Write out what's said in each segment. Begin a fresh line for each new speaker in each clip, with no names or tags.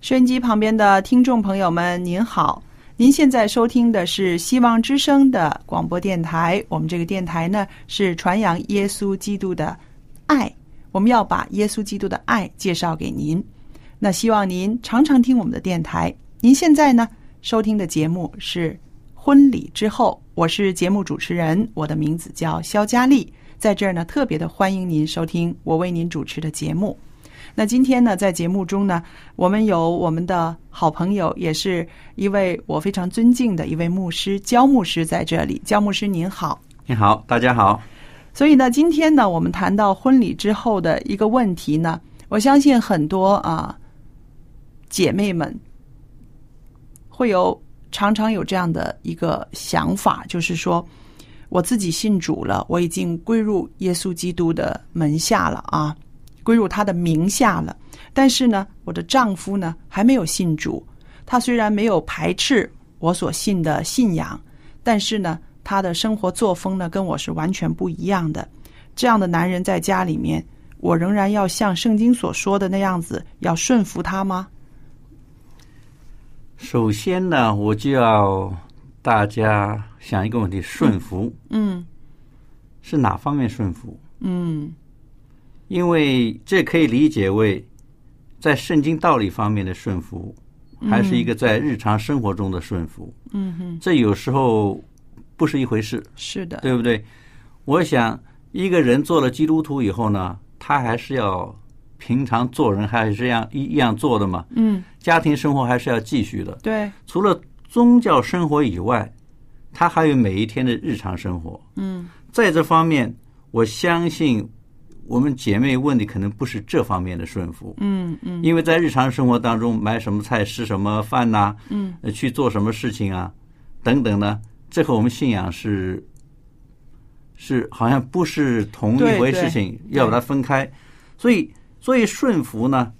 收音机旁边的听众朋友们，您好！您现在收听的是希望之声的广播电台。我们这个电台呢，是传扬耶稣基督的爱，我们要把耶稣基督的爱介绍给您。那希望您常常听我们的电台。您现在呢，收听的节目是《婚礼之后》，我是节目主持人，我的名字叫肖佳丽。在这儿呢，特别的欢迎您收听我为您主持的节目。那今天呢，在节目中呢，我们有我们的好朋友，也是一位我非常尊敬的一位牧师焦牧师在这里。焦牧师您好，
你好，大家好。
所以呢，今天呢，我们谈到婚礼之后的一个问题呢，我相信很多啊姐妹们会有常常有这样的一个想法，就是说我自己信主了，我已经归入耶稣基督的门下了啊，归入他的名下了。但是呢，我的丈夫呢还没有信主，他虽然没有排斥我所信的信仰，但是呢，他的生活作风呢跟我是完全不一样的。这样的男人在家里面，我仍然要像圣经所说的那样子，要顺服他吗？
首先呢，我就要大家想一个问题：顺服
嗯
是哪方面顺服？
嗯
因为这可以理解为在圣经道理方面的顺服，还是一个在日常生活中的顺服。
嗯哼，呃
这有时候不是一回事，
是的，
对不对？我想，一个人做了基督徒以后呢，他还是要平常做人，还是这样一一样做的嘛。
嗯
家庭生活还是要继续的。
对，
除了宗教生活以外，他还有每一天的日常生活。
嗯
在这方面，我相信我们姐妹问的可能不是这方面的顺服，
嗯嗯
因为在日常生活当中，买什么菜、吃什么饭呐、
嗯
呃去做什么事情啊，等等呢，这和我们信仰是是好像不是同一回事情，
对对
要把它分开。所以，所以顺服呢，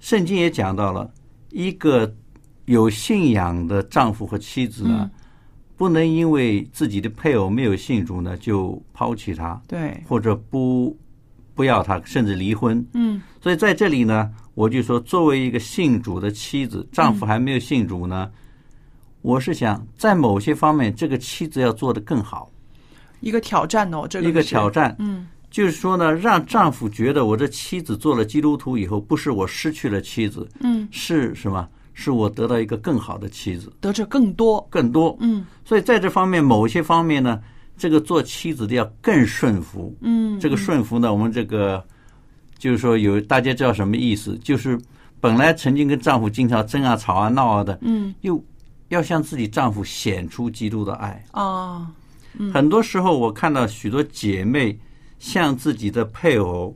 圣经也讲到了，一个有信仰的丈夫和妻子呢，
嗯
不能因为自己的配偶没有信主呢，就抛弃他，
对，
或者不不要他，甚至离婚。
嗯
所以在这里呢，我就说，作为一个信主的妻
嗯
子，丈夫还没有信主呢，我是想在某些方面，这个妻子要做得更好，
一个挑战哦，这个
一个
是
挑，战，
嗯
就是说呢，让丈夫觉得我的妻子做了基督徒以后，不是我失去了妻子，
嗯，
是什么？是我得到一个更好的妻子，
得着更多，
更多。
嗯
所以在这方面，某些方面呢，这个做妻子的要更顺服，
嗯，
这个顺服呢，我们这个就是说有大家知道什么意思，就是本来曾经跟丈夫经常争啊、吵啊、闹啊的，
嗯
又要向自己丈夫显出基督的爱。
啊，
很多时候，我看到许多姐妹向自己的配偶，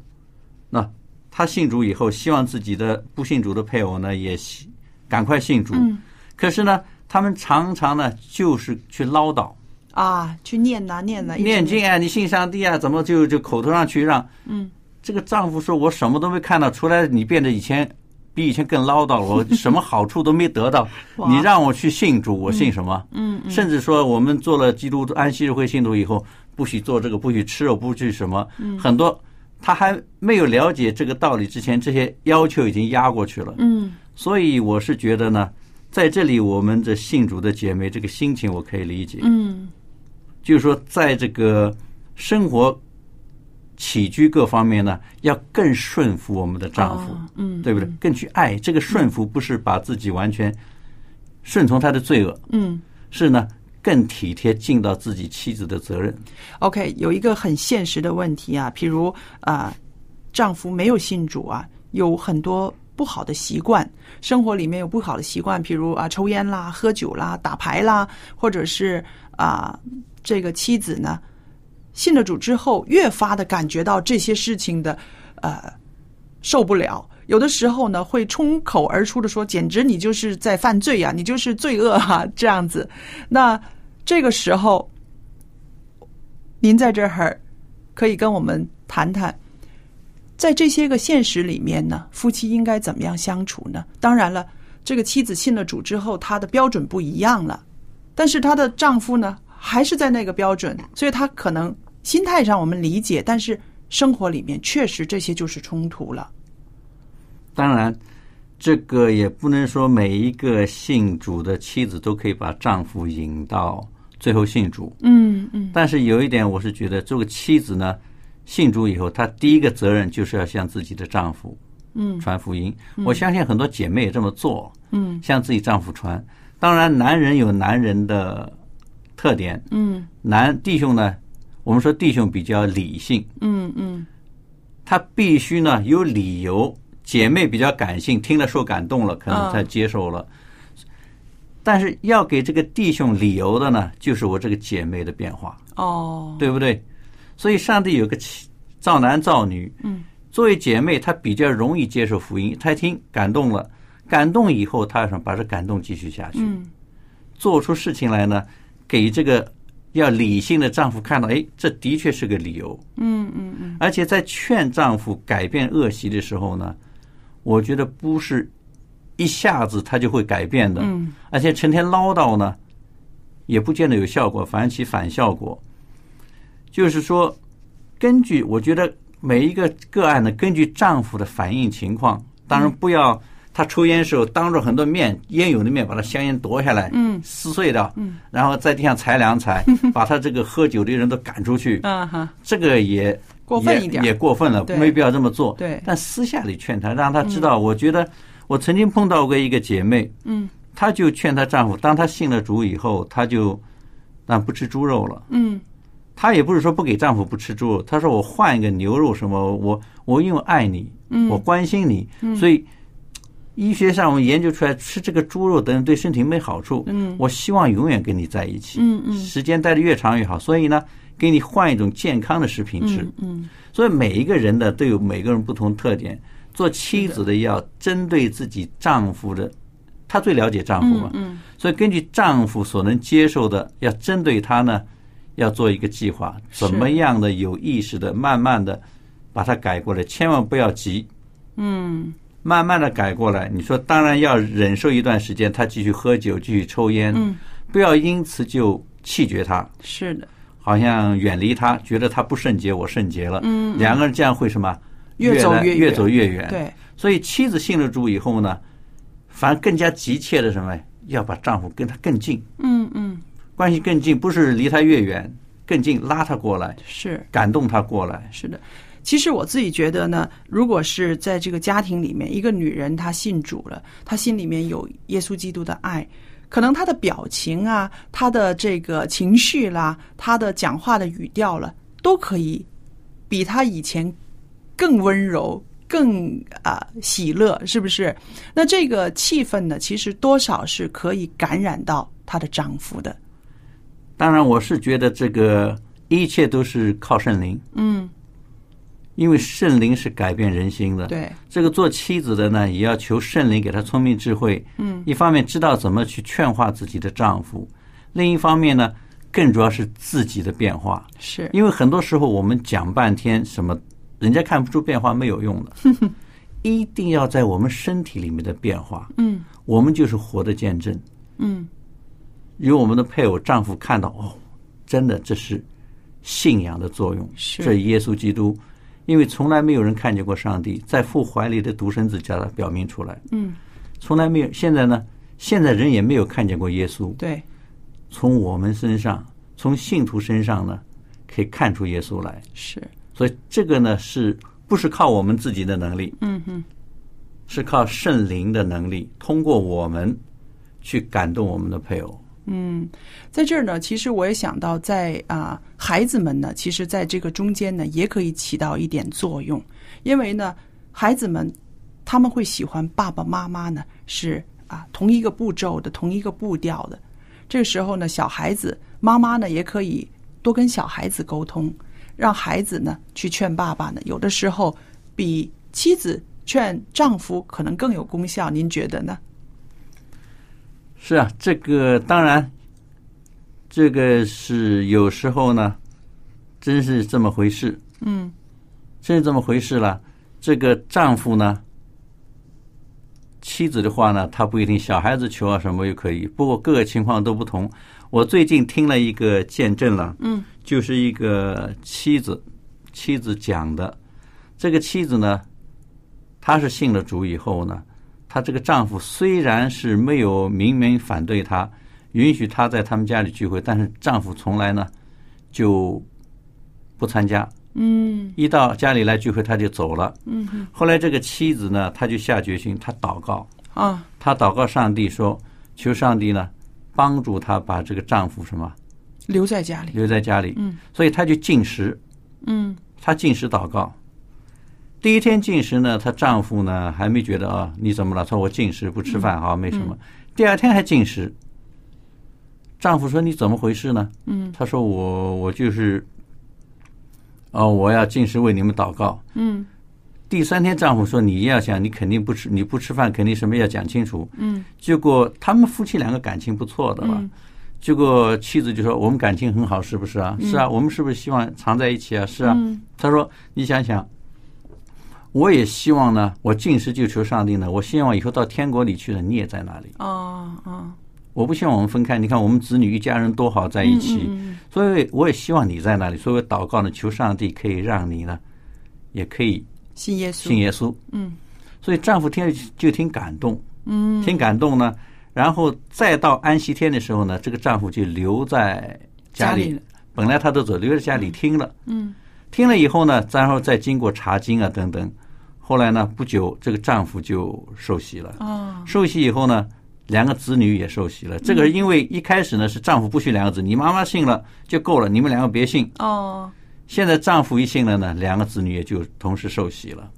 那她信主以后，希望自己的不信主的配偶呢，也信赶快信主。
嗯
可是呢，他们常常呢，就是去唠叨。
啊，去念呐、念呐、一直
念经啊，你信上帝啊，怎么就就口头上去让？
嗯，
这个丈夫说：“我什么都没看到，除了你变得以前比以前更唠叨了，我 什么好处都没得到。
哇
你让我去信主，我信什么？
嗯嗯
甚至说我们做了基督安息日会信徒以后，不许做这个，不许吃肉，不许什么，
嗯
很多他还没有了解这个道理之前，这些要求已经压过去了。
嗯
所以我是觉得呢，在这里我们的信主的姐妹这个心情我可以理解，
嗯
就是说在这个生活起居各方面呢，要更顺服我们的丈夫。
哦嗯
对不对？更去爱这个顺服，不是把自己完全顺从他的罪恶，
嗯。
是呢更体贴尽到自己妻子的责任。
OK，有一个很现实的问题啊，譬如啊、丈夫没有信主啊，有很多不好的习惯，生活里面有不好的习惯，譬如啊、抽烟啦、喝酒啦、打牌啦，或者是啊、这个妻子呢信了主之后，越发的感觉到这些事情的呃受不了。有的时候呢，会冲口而出的说：“简直你就是在犯罪呀、你就是罪恶啊！”这样子，那这个时候您在这儿可以跟我们谈谈，在这些个现实里面呢，夫妻应该怎么样相处呢？当然了，这个妻子信了主之后，她的标准不一样了，但是她的丈夫呢，还是在那个标准，所以她可能心态上我们理解，但是生活里面确实这些就是冲突了。
当然，这个也不能说每一个信主的妻子都可以把丈夫引到最后信主，
嗯嗯
但是有一点，我是觉得做个妻子呢，信主以后，她第一个责任就是要向自己的丈夫。
嗯
传福音，我相信很多姐妹也这么做，
嗯
向自己丈夫传。当然，男人有男人的特点，
嗯
男弟兄呢，我们说弟兄比较理性，
嗯嗯
他必须呢有理由。姐妹比较感性，听了受感动了，可能
嗯
才接受了。但是要给这个弟兄理由的呢，就是我这个姐妹的变化，
哦
对不对？所以上帝有个奇造男造女，
嗯，
作为姐妹，她比较容易接受福音，她一听感动了，感动以后，她要想把这感动继续下去，
嗯
做出事情来呢，给这个要理性的丈夫看到，哎，这的确是个理由。
嗯嗯嗯
而且在劝丈夫改变恶习的时候呢，我觉得不是一下子他就会改变的，
嗯
而且成天唠叨呢，也不见得有效果，反起反效果。就是说，根据我觉得每一个个案呢，根据丈夫的反应情况，当
嗯
然不要他抽烟的时候当着很多面烟友的面把他香烟夺下来，
嗯
撕碎掉，然后在地上踩 两踩，把他这个喝酒的人都赶出去，
啊哈，
这个也
过分一点
也，也过分了，
对
没必要这么做。
对
但私下里劝她，让她知道。我觉得我曾经碰到过一个姐妹，
嗯
她就劝她丈夫，当她信了主以后，她就那不吃猪肉了。
嗯
她也不是说不给丈夫不吃猪肉，她说我换一个牛肉什么，我我因为爱你，
嗯
我关心你，所以。医学上我们研究出来，吃这个猪肉等于对身体没好处。
嗯
我希望永远跟你在一起，
嗯嗯
时间待得越长越好。所以呢，给你换一种健康的食品吃。
嗯嗯
所以每一个人的都有每个人不同特点。做妻子的要针对自己丈夫的，她最了解丈夫嘛，
嗯
所以根据丈夫所能接受的，要针对他呢，要做一个计划，
是
怎么样的有意识的，慢慢的把它改过来，千万不要急，
嗯。
慢慢的改过来。你说，当然要忍受一段时间，他继续喝酒，继续抽烟，
嗯
不要因此就气绝他，
是的，
好像远离他，觉得他不圣洁，我圣洁了。
嗯
两个人这样会什么？
越走
来
越
越
远
走越远。，
对，
所以妻子信了主以后呢，反而更加急切的什么呀？要把丈夫跟他更近，
嗯嗯，
关系更近，不是离他越远，更近拉他过来，
是
感动他过来。
是的。其实我自己觉得呢，如果是在这个家庭里面，一个女人她信主了，她心里面有耶稣基督的爱，可能她的表情啊，她的这个情绪啦，她的讲话的语调了，都可以比她以前更温柔、更啊、喜乐，是不是？那这个气氛呢，其实多少是可以感染到她的丈夫的。
当然，我是觉得这个一切都是靠圣灵，
嗯，
因为圣灵是改变人心的。
对，
这个做妻子的呢，也要求圣灵给她聪明智慧。嗯，一方面知道怎么去劝化自己的丈夫，另一方面呢，更主要是自己的变化。
是。
因为很多时候我们讲半天什么人家看不出变化没有用的，一定要在我们身体里面的变化，
嗯
我们就是活的见证。
嗯
由我们的配偶、丈夫看到，哦，真的这是信仰的作用，
是
这耶稣基督，因为从来没有人看见过上帝，在父怀里的独生子将他表明出来，
嗯，
从来没有。现在呢，现在人也没有看见过耶稣，
对，
从我们身上，从信徒身上呢，可以看出耶稣来。
是，
所以这个呢，是不是靠我们自己的能力？
嗯哼，
是靠圣灵的能力，通过我们去感动我们的配偶。
在这儿呢，其实我也想到在，啊孩子们呢，其实在这个中间呢，也可以起到一点作用，因为呢，孩子们他们会喜欢爸爸妈妈呢是啊同一个步骤的、同一个步调的。这个时候呢，小孩子妈妈呢也可以多跟小孩子沟通，让孩子呢去劝爸爸呢，有的时候比妻子劝丈夫可能更有功效，您觉得呢？
是啊，这个当然，这个是有时候呢，真是这么回事，
嗯，
真是这么回事了。这个丈夫呢，妻子的话呢，他不一定，小孩子求啊什么也可以。不过各个情况都不同。我最近听了一个见证了，
嗯，
就是一个妻子，妻子讲的。这个妻子呢，她是信了主以后呢，她这个丈夫虽然是没有明明反对她，允许她在他们家里聚会，但是丈夫从来呢就不参加。嗯，一到家里来聚会他就走了。嗯，后来这个妻子呢，她就下决心，她祷告，
啊，
她祷告上帝说，求上帝呢帮助她把这个丈夫什么
留在家里，
留在家里。
嗯，
所以她就禁食。
嗯
她进食祷告。第一天进食呢，她丈夫呢还没觉得啊，你怎么了？她说我进食不吃
嗯
饭啊，没什么。第二天还进食，丈夫说你怎么回事呢？
嗯，
她说我我就是，哦，我要进食为你们祷告。
嗯
第三天，丈夫说你要想，你肯定不吃，你不吃饭肯定什么要讲清楚。
嗯，
结果他们夫妻两个感情不错的吧？结果妻子就说我们感情很好，是不是啊？
嗯
是啊，我们是不是希望常在一起啊？是啊。他说你想想，我也希望呢，我进食就求上帝呢，我希望以后到天国里去呢，你也在那里。
啊啊，
我不希望我们分开。你看，我们子女一家人多好，在一
嗯
起。所以我也希望你在那里。所以我祷告呢，求上帝可以让你呢，也可以
信耶稣，
信耶稣。
嗯，
所以丈夫听了就挺感动，嗯，挺感动呢。然后再到安息天的时候呢，这个丈夫就留在家
家里
里
了，
本来他都走，留在家里听了，
嗯
听了以后呢，然后再经过查经啊等等，后来呢，不久这个丈夫就受洗了。
啊，
受洗以后呢，两个子女也受洗了。这个是因为一开始呢是丈夫不许两个子女，你妈妈信了就够了，你们两个别信。
哦，
现在丈夫一信了呢，两个子女也就同时受洗了。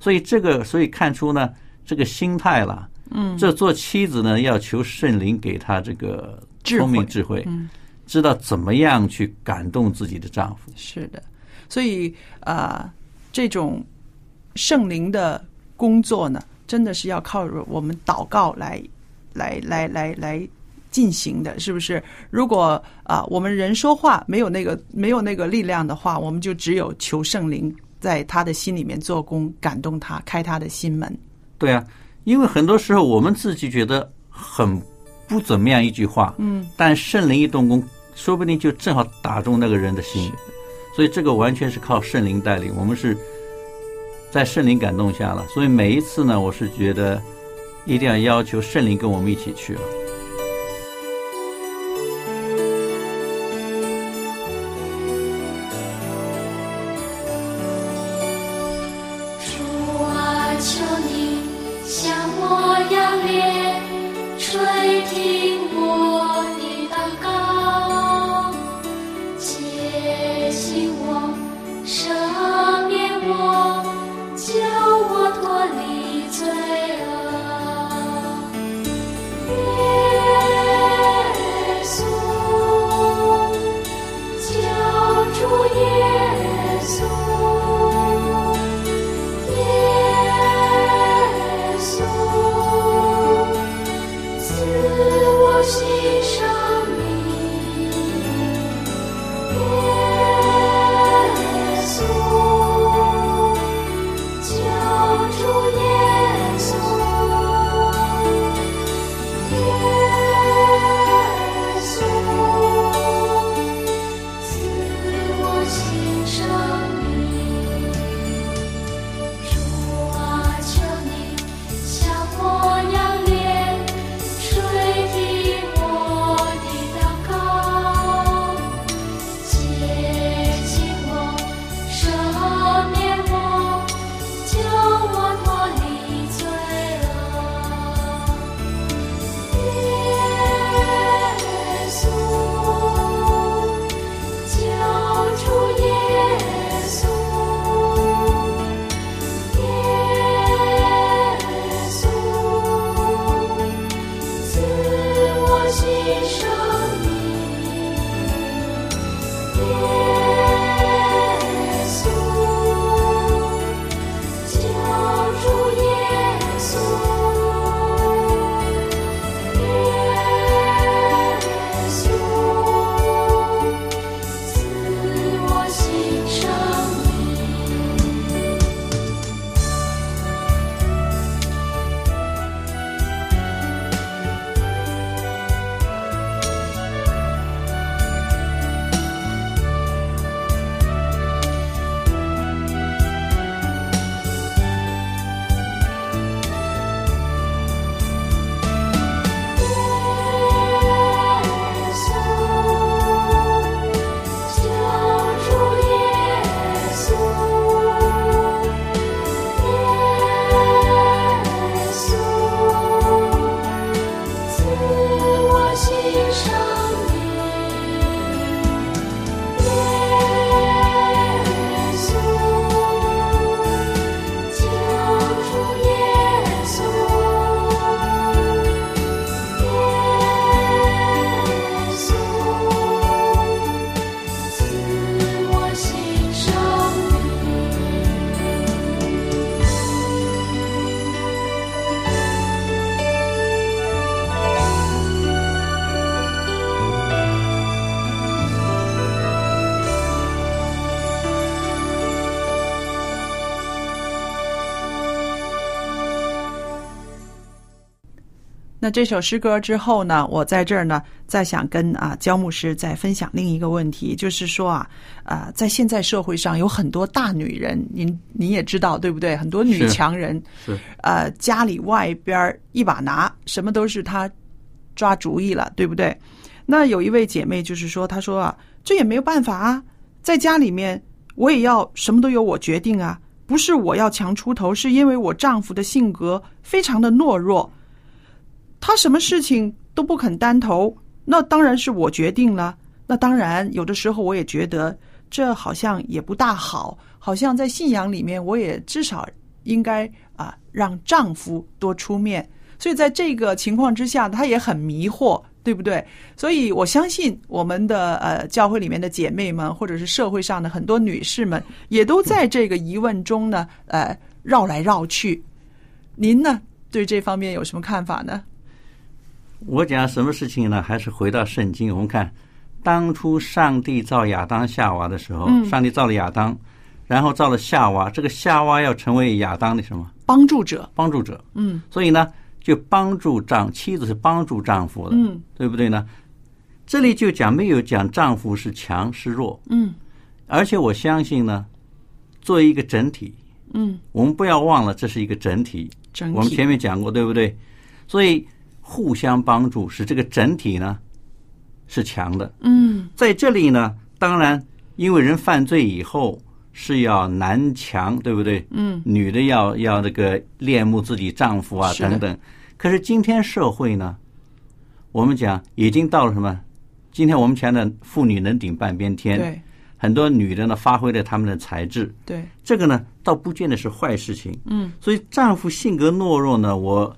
所以这个，所以看出呢，这个心态了。嗯，这做妻子呢，要求圣灵给她这个
智慧
聪明智慧，
嗯
知道怎么样去感动自己的丈夫。
是的，所以呃，这种圣灵的工作呢，真的是要靠我们祷告来，来来来来进行的，是不是？如果啊、我们人说话没有那个没有那个力量的话，我们就只有求圣灵在他的心里面做工，感动他，开他的心门。
对啊，因为很多时候我们自己觉得很不怎么样一句话，
嗯，
但圣灵一动工，说不定就正好打中那个人的心。所以这个完全是靠圣灵带领，我们是在圣灵感动下了。所以每一次呢，我是觉得一定要要求圣灵跟我们一起去了。
主啊，求你向我扬脸，垂听我的祷告，解醒我，赦免我，救我脱离罪恶。愿
那这首诗歌之后呢，我在这儿呢，再想跟啊焦牧师再分享另一个问题，就是说啊，啊、在现在社会上有很多大女人，您您也知道对不对？很多女
是
强人，
是
呃，家里外边儿一把拿，什么都是她抓主意了，对不对？那有一位姐妹就是说，她说啊，这也没有办法啊，在家里面我也要什么都由我决定啊，不是我要强出头，是因为我丈夫的性格非常的懦弱，他什么事情都不肯担头，那当然是我决定了。那当然，有的时候我也觉得这好像也不大好，好像在信仰里面，我也至少应该啊让丈夫多出面。所以在这个情况之下，她也很迷惑，对不对？所以我相信我们的呃教会里面的姐妹们，或者是社会上的很多女士们，也都在这个疑问中呢，呃绕来绕去。您呢，对这方面有什么看法呢？
我讲什么事情呢？还是回到圣经，我们看当初上帝造亚当夏娃的时候，上帝造了亚当，然后造了夏娃，这个夏娃要成为亚当的什么
帮助者，
帮助者？嗯，所以呢，就帮助丈妻子是帮助丈夫的，
嗯，
对不对呢？这里就讲没有讲丈夫是强是弱，
嗯
而且我相信呢，作为一个整体，
嗯，
我们不要忘了这是一个整体，
整体
我们前面讲过，对不对？所以互相帮助使这个整体呢是强的。
嗯
在这里呢，当然因为人犯罪以后是要男强，对不对？
嗯，
女的要要那个恋慕自己丈夫啊
是的
等等。可是今天社会呢，我们讲已经到了什么？今天我们讲的妇女能顶半边天，
对
很多女的呢发挥了她们的才智，
对，
这个呢，倒不见得是坏事情。
嗯，
所以丈夫性格懦弱呢，我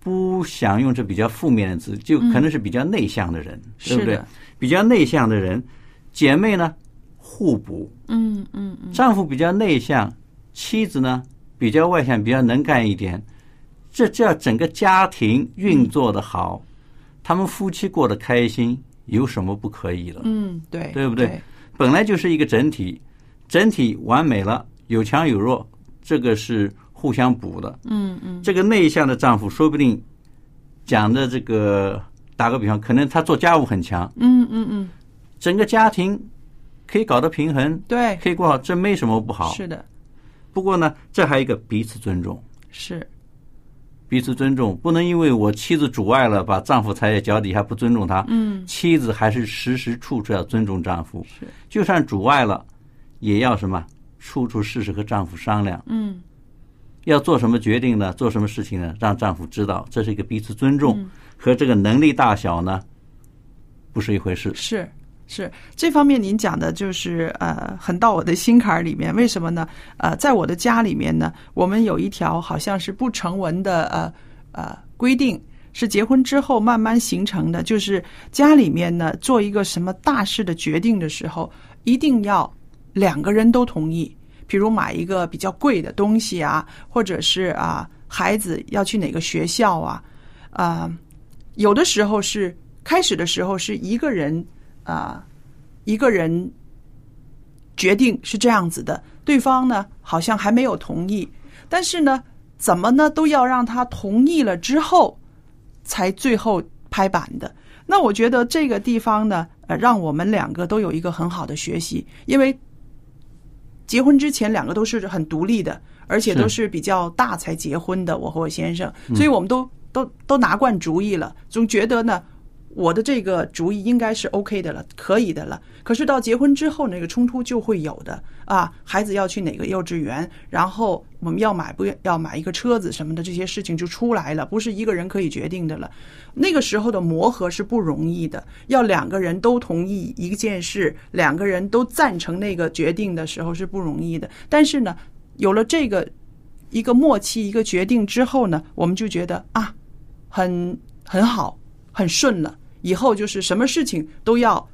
不想用这比较负面的词，就可能是比较内向的人，对
嗯
不
是
对
的？
比较内向的人，姐妹呢互补，
嗯嗯嗯，
丈夫比较内向，妻子呢比较外向，比较能干一点，这叫整个家庭运作的好，他们夫妻过得开心，有什么不可以的？
嗯对，
对不对？本来就是一个整体，整体完美了，有强有弱，这个是互相补的。
嗯嗯
这个内向的丈夫，说不定讲的这个，打个比方，可能他做家务很强，
嗯嗯嗯，
整个家庭可以搞得平衡，
对，
可以过好，这没什么不好。
是的，
不过呢，这还有一个彼此尊重，
是
彼此尊重，不能因为我妻子阻碍了，把丈夫踩在脚底下，不尊重他。
嗯
妻子还是时时处处要尊重丈夫，
是，
就算阻碍了，也要什么处处事事和丈夫商量，
嗯
要做什么决定呢？做什么事情呢？让丈夫知道，这是一个彼此尊重、
嗯
和这个能力大小呢，不是一回事。
是。是这方面您讲的，就是呃，很到我的心坎儿里面。为什么呢？呃，在我的家里面呢，我们有一条好像是不成文的呃呃规定，是结婚之后慢慢形成的，就是家里面呢做一个什么大事的决定的时候，一定要两个人都同意。比如买一个比较贵的东西啊，或者是啊孩子要去哪个学校啊，啊、有的时候是开始的时候是一个人啊、一个人决定是这样子的，对方呢好像还没有同意，但是呢怎么呢都要让他同意了之后才最后拍板的。那我觉得这个地方呢，呃，让我们两个都有一个很好的学习，因为结婚之前两个都是很独立的，而且都
是
是比较大才结婚的，我和我先生，所以我们都都都拿惯主意了，总觉得呢，我的这个主意应该是 OK 的了，可以的了。可是到结婚之后，那个冲突就会有的啊，孩子要去哪个幼稚园，然后我们要买不要买一个车子什么的，这些事情就出来了，不是一个人可以决定的了。那个时候的磨合是不容易的，要两个人都同意一件事，两个人都赞成那个决定的时候是不容易的。但是呢，有了这个一个默契、一个决定之后呢，我们就觉得啊，很很好，很顺了。以后就是什么事情都要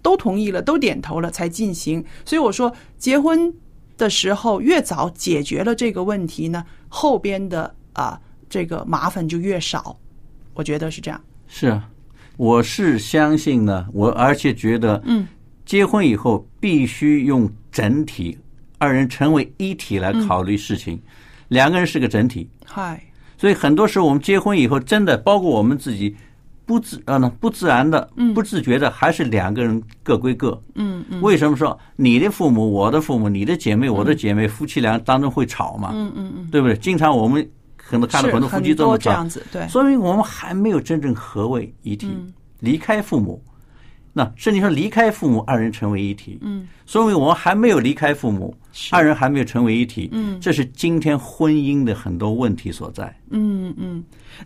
都同意了，都点头了才进行。所以我说，结婚的时候越早解决了这个问题呢，后边的啊、这个麻烦就越少。我觉得是这样。
是啊，我是相信呢，我而且觉得，
嗯，
结婚以后必须用整
嗯
体，二人成为一体来考虑事情，两个人是个整体，
嗨，
所以很多时候我们结婚以后，真的包括我们自己，不自呃不自然的、
嗯
不自觉的，还是两个人各归各。嗯嗯。为什么说你的父母、我的父母、你的姐
嗯
妹、我的姐妹，夫妻俩当中会吵嘛？嗯嗯嗯，对不对？经常我们可能看到
是
很多夫妻
很
这么
多这
吵
样，子，对，
说明我们还没有真正合为一体，离开父母。那甚至说离开父母，二人成为一体，嗯，说明我们还没有离开父母，二人还没有成为一体，嗯，这是今天婚姻的很多问题所在。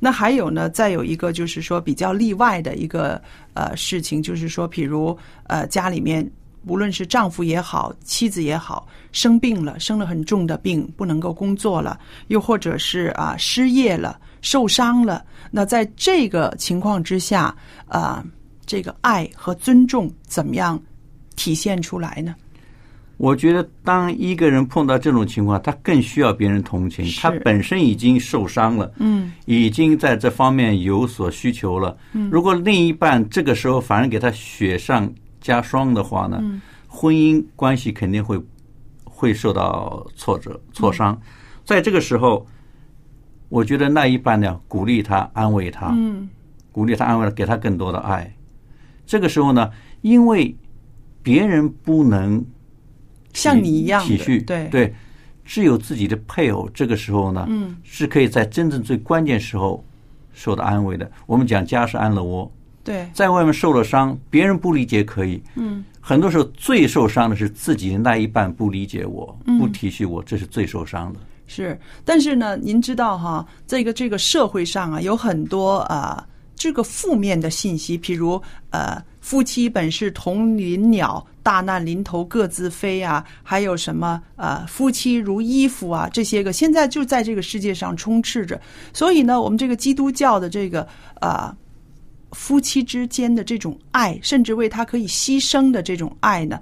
那还有呢，再有一个就是说比较例外的一个呃事情，就是说，比如呃家里面无论是丈夫也好，妻子也好，生病了，生了很重的病，不能够工作了，又或者是啊、失业了，受伤了。那在这个情况之下，啊、这个爱和尊重怎么样体现出来呢？
我觉得，当一个人碰到这种情况，他更需要别人同情。
是
他本身已经受伤了，嗯，已经在这方面有所需求了。嗯，如果另一半这个时候反而给他雪上加霜的话呢，婚姻关系肯定会会受到挫折、挫伤。在这个时候，我觉得那一半呢，鼓励他、安慰他，嗯，鼓励他、安慰他，给他更多的爱。这个时候呢，因为别人不能
像你一样
体
的，
恤，
对
对，只有自己的配偶，这个时候呢，嗯，是可以在真正最关键时候受到安慰的。我们讲家是安乐窝，
对
在外面受了伤，别人不理解可以，嗯，很多时候最受伤的是自己的那一半不理解我，
嗯
不体恤我，这是最受伤的。
是，但是呢，您知道哈，这个这个社会上啊，有很多啊、呃这个负面的信息，譬如呃，夫妻本是同林鸟，大难临头各自飞啊，还有什么呃，夫妻如衣服啊，这些个现在就在这个世界上充斥着。所以呢，我们这个基督教的这个呃夫妻之间的这种爱，甚至为他可以牺牲的这种爱呢，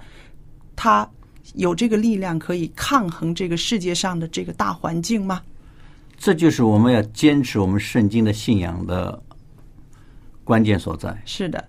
他有这个力量可以抗衡这个世界上的这个大环境吗？
这就是我们要坚持我们圣经的信仰的关键所在。
是的，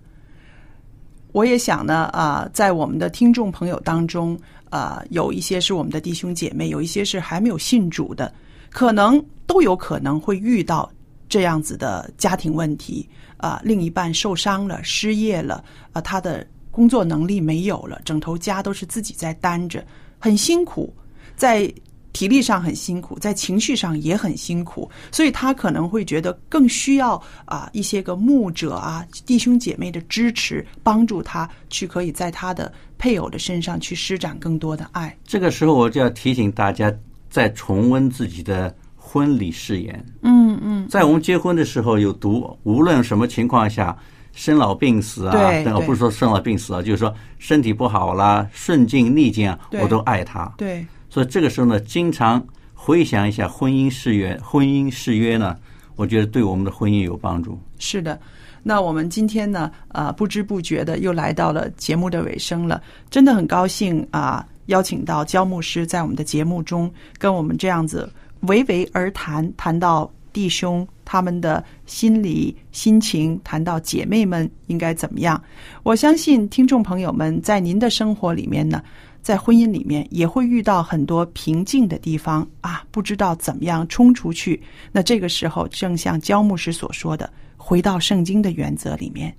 我也想呢，啊、在我们的听众朋友当中，啊、有一些是我们的弟兄姐妹，有一些是还没有信主的，可能都有可能会遇到这样子的家庭问题，啊、另一半受伤了，失业了，啊、他的工作能力没有了，整头家都是自己在担着，很辛苦，在。体力上很辛苦，在情绪上也很辛苦，所以他可能会觉得更需要啊、一些个牧者啊弟兄姐妹的支持，帮助他去可以在他的配偶的身上去施展更多的爱。
这个时候，我就要提醒大家，再重温自己的婚礼誓言。
嗯嗯，
在我们结婚的时候有毒，无论什么情况下，生老病死啊，
对
但我
对
不是说生老病死啊，就是说身体不好啦，顺境逆境啊，
对
我都爱他。
对，
所以这个时候呢，经常回想一下婚姻誓约，婚姻誓约呢，我觉得对我们的婚姻有帮助。
是的。那我们今天呢，呃，不知不觉的又来到了节目的尾声了，真的很高兴啊、邀请到焦牧师在我们的节目中跟我们这样子娓娓而谈，谈到弟兄他们的心理心情，谈到姐妹们应该怎么样。我相信听众朋友们在您的生活里面呢，在婚姻里面也会遇到很多瓶颈的地方啊，不知道怎么样冲出去。那这个时候，正像焦牧师所说的，回到圣经的原则里面，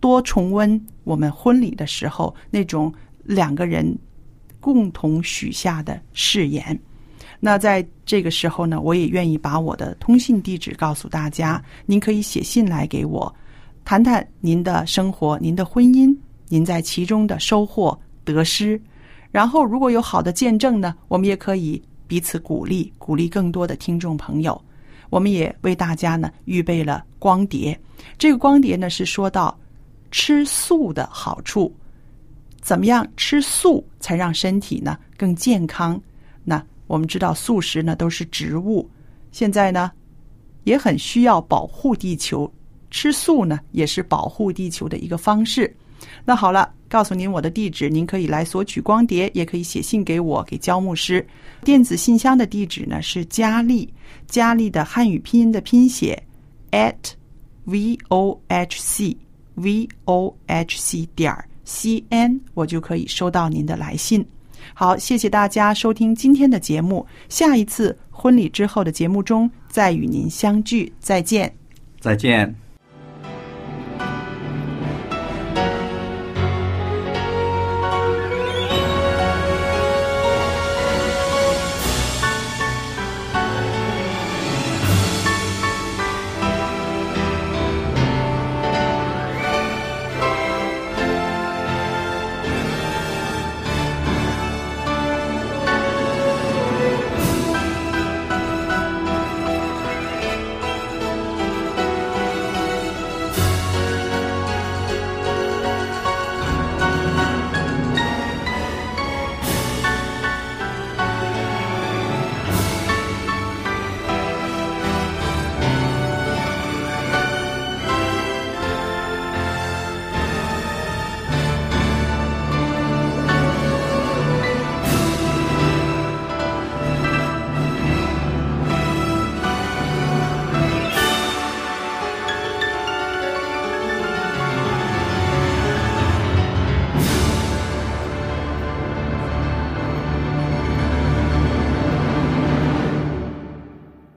多重温我们婚礼的时候那种两个人共同许下的誓言。那在这个时候呢，我也愿意把我的通信地址告诉大家，您可以写信来给我，谈谈您的生活、您的婚姻、您在其中的收获、得失。然后，如果有好的见证呢，我们也可以彼此鼓励，鼓励更多的听众朋友。我们也为大家呢预备了光碟，这个光碟呢是说到吃素的好处，怎么样吃素才让身体呢更健康？那我们知道素食呢都是植物，现在呢也很需要保护地球，吃素呢也是保护地球的一个方式。那好了，告诉您我的地址，您可以来索取光碟，也可以写信给我，给焦牧师。电子信箱的地址呢是佳丽，佳丽的汉语拼音的拼写 at v o h c v o h c 点 c n，我就可以收到您的来信。好，谢谢大家收听今天的节目，下一次婚礼之后的节目中再与您相聚，再见。
再见。